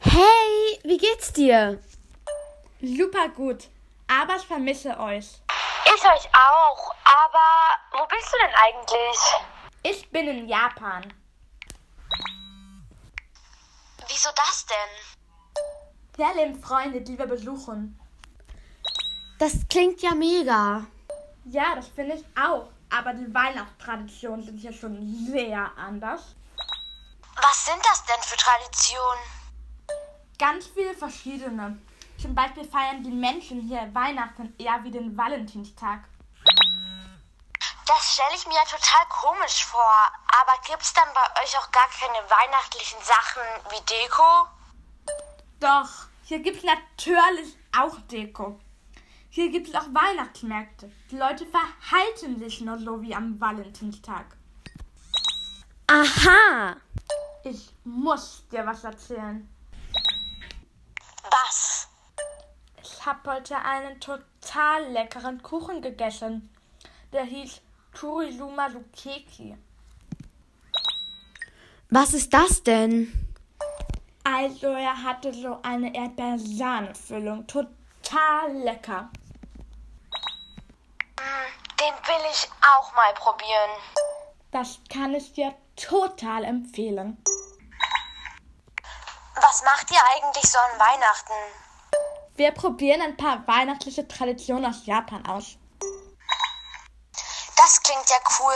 Hey, wie geht's dir? Super gut. Aber ich vermisse euch. Ich euch auch, aber wo bist du denn eigentlich? Ich bin in Japan. Wieso das denn? Wir leben Freunde, die wir besuchen. Das klingt ja mega. Ja, das finde ich auch. Aber die Weihnachtstraditionen sind hier schon sehr anders. Was sind das denn für Traditionen? Ganz viele verschiedene. Zum Beispiel feiern die Menschen hier Weihnachten eher wie den Valentinstag. Das stelle ich mir ja total komisch vor. Aber gibt's dann bei euch auch gar keine weihnachtlichen Sachen wie Deko? Doch, hier gibt es natürlich auch Deko. Hier gibt es auch Weihnachtsmärkte. Die Leute verhalten sich nur so wie am Valentinstag. Aha. Ich muss dir was erzählen. Was? Ich habe heute einen total leckeren Kuchen gegessen. Der hieß Turizuma Sukeki. Was ist das denn? Also er hatte so eine Erdbeersahnefüllung. Total lecker. Den will ich auch mal probieren. Das kann ich dir total empfehlen. Was macht ihr eigentlich so an Weihnachten? Wir probieren ein paar weihnachtliche Traditionen aus Japan aus. Das klingt ja cool,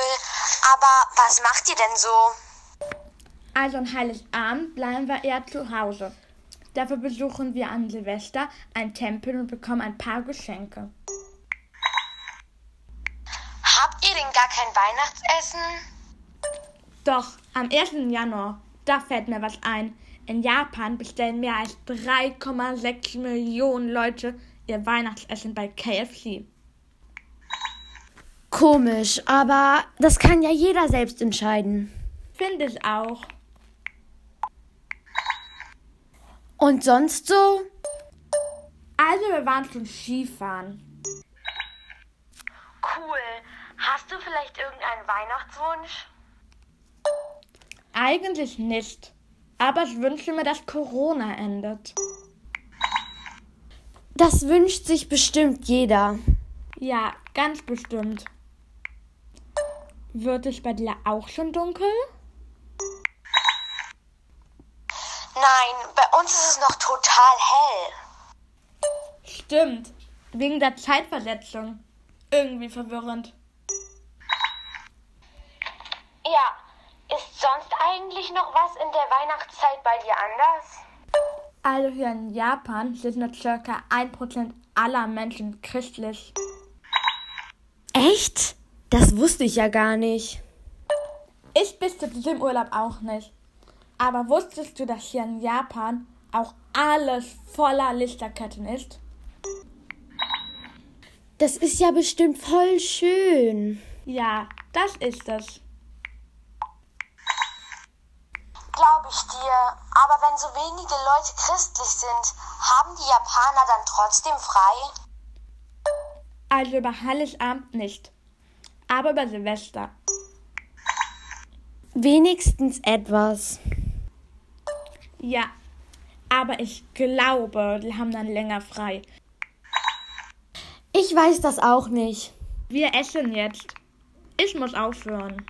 aber was macht ihr denn so? Also an Heiligabend bleiben wir eher zu Hause. Dafür besuchen wir an Silvester einen Tempel und bekommen ein paar Geschenke. Habt ihr denn gar kein Weihnachtsessen? Doch, am 1. Januar, da fällt mir was ein. In Japan bestellen mehr als 3,6 Millionen Leute ihr Weihnachtsessen bei KFC. Komisch, aber das kann ja jeder selbst entscheiden. Finde ich auch. Und sonst so? Also wir waren schon Skifahren. Cool. Hast du vielleicht irgendeinen Weihnachtswunsch? Eigentlich nicht. Aber ich wünsche mir, dass Corona endet. Das wünscht sich bestimmt jeder. Ja, ganz bestimmt. Wird es bei dir auch schon dunkel? Nein, bei uns ist es noch total hell. Stimmt. Wegen der Zeitversetzung. Irgendwie verwirrend. Ja, ist sonst eigentlich noch was in der Weihnachtszeit bei dir anders? Also hier in Japan sind nur circa 1% aller Menschen christlich. Echt? Das wusste ich ja gar nicht. Ich bis zu diesem Urlaub auch nicht. Aber wusstest du, dass hier in Japan auch alles voller Lichterketten ist? Das ist ja bestimmt voll schön. Ja, das ist es. Glaube ich dir. Aber wenn so wenige Leute christlich sind, haben die Japaner dann trotzdem frei? Also über Heiligabend nicht. Aber über Silvester. Wenigstens etwas. Ja. Aber ich glaube, die haben dann länger frei. Ich weiß das auch nicht. Wir essen jetzt. Ich muss aufhören.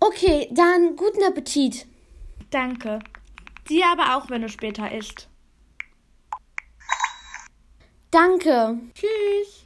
Okay, dann guten Appetit. Danke. Dir aber auch, wenn du später isst. Danke. Tschüss.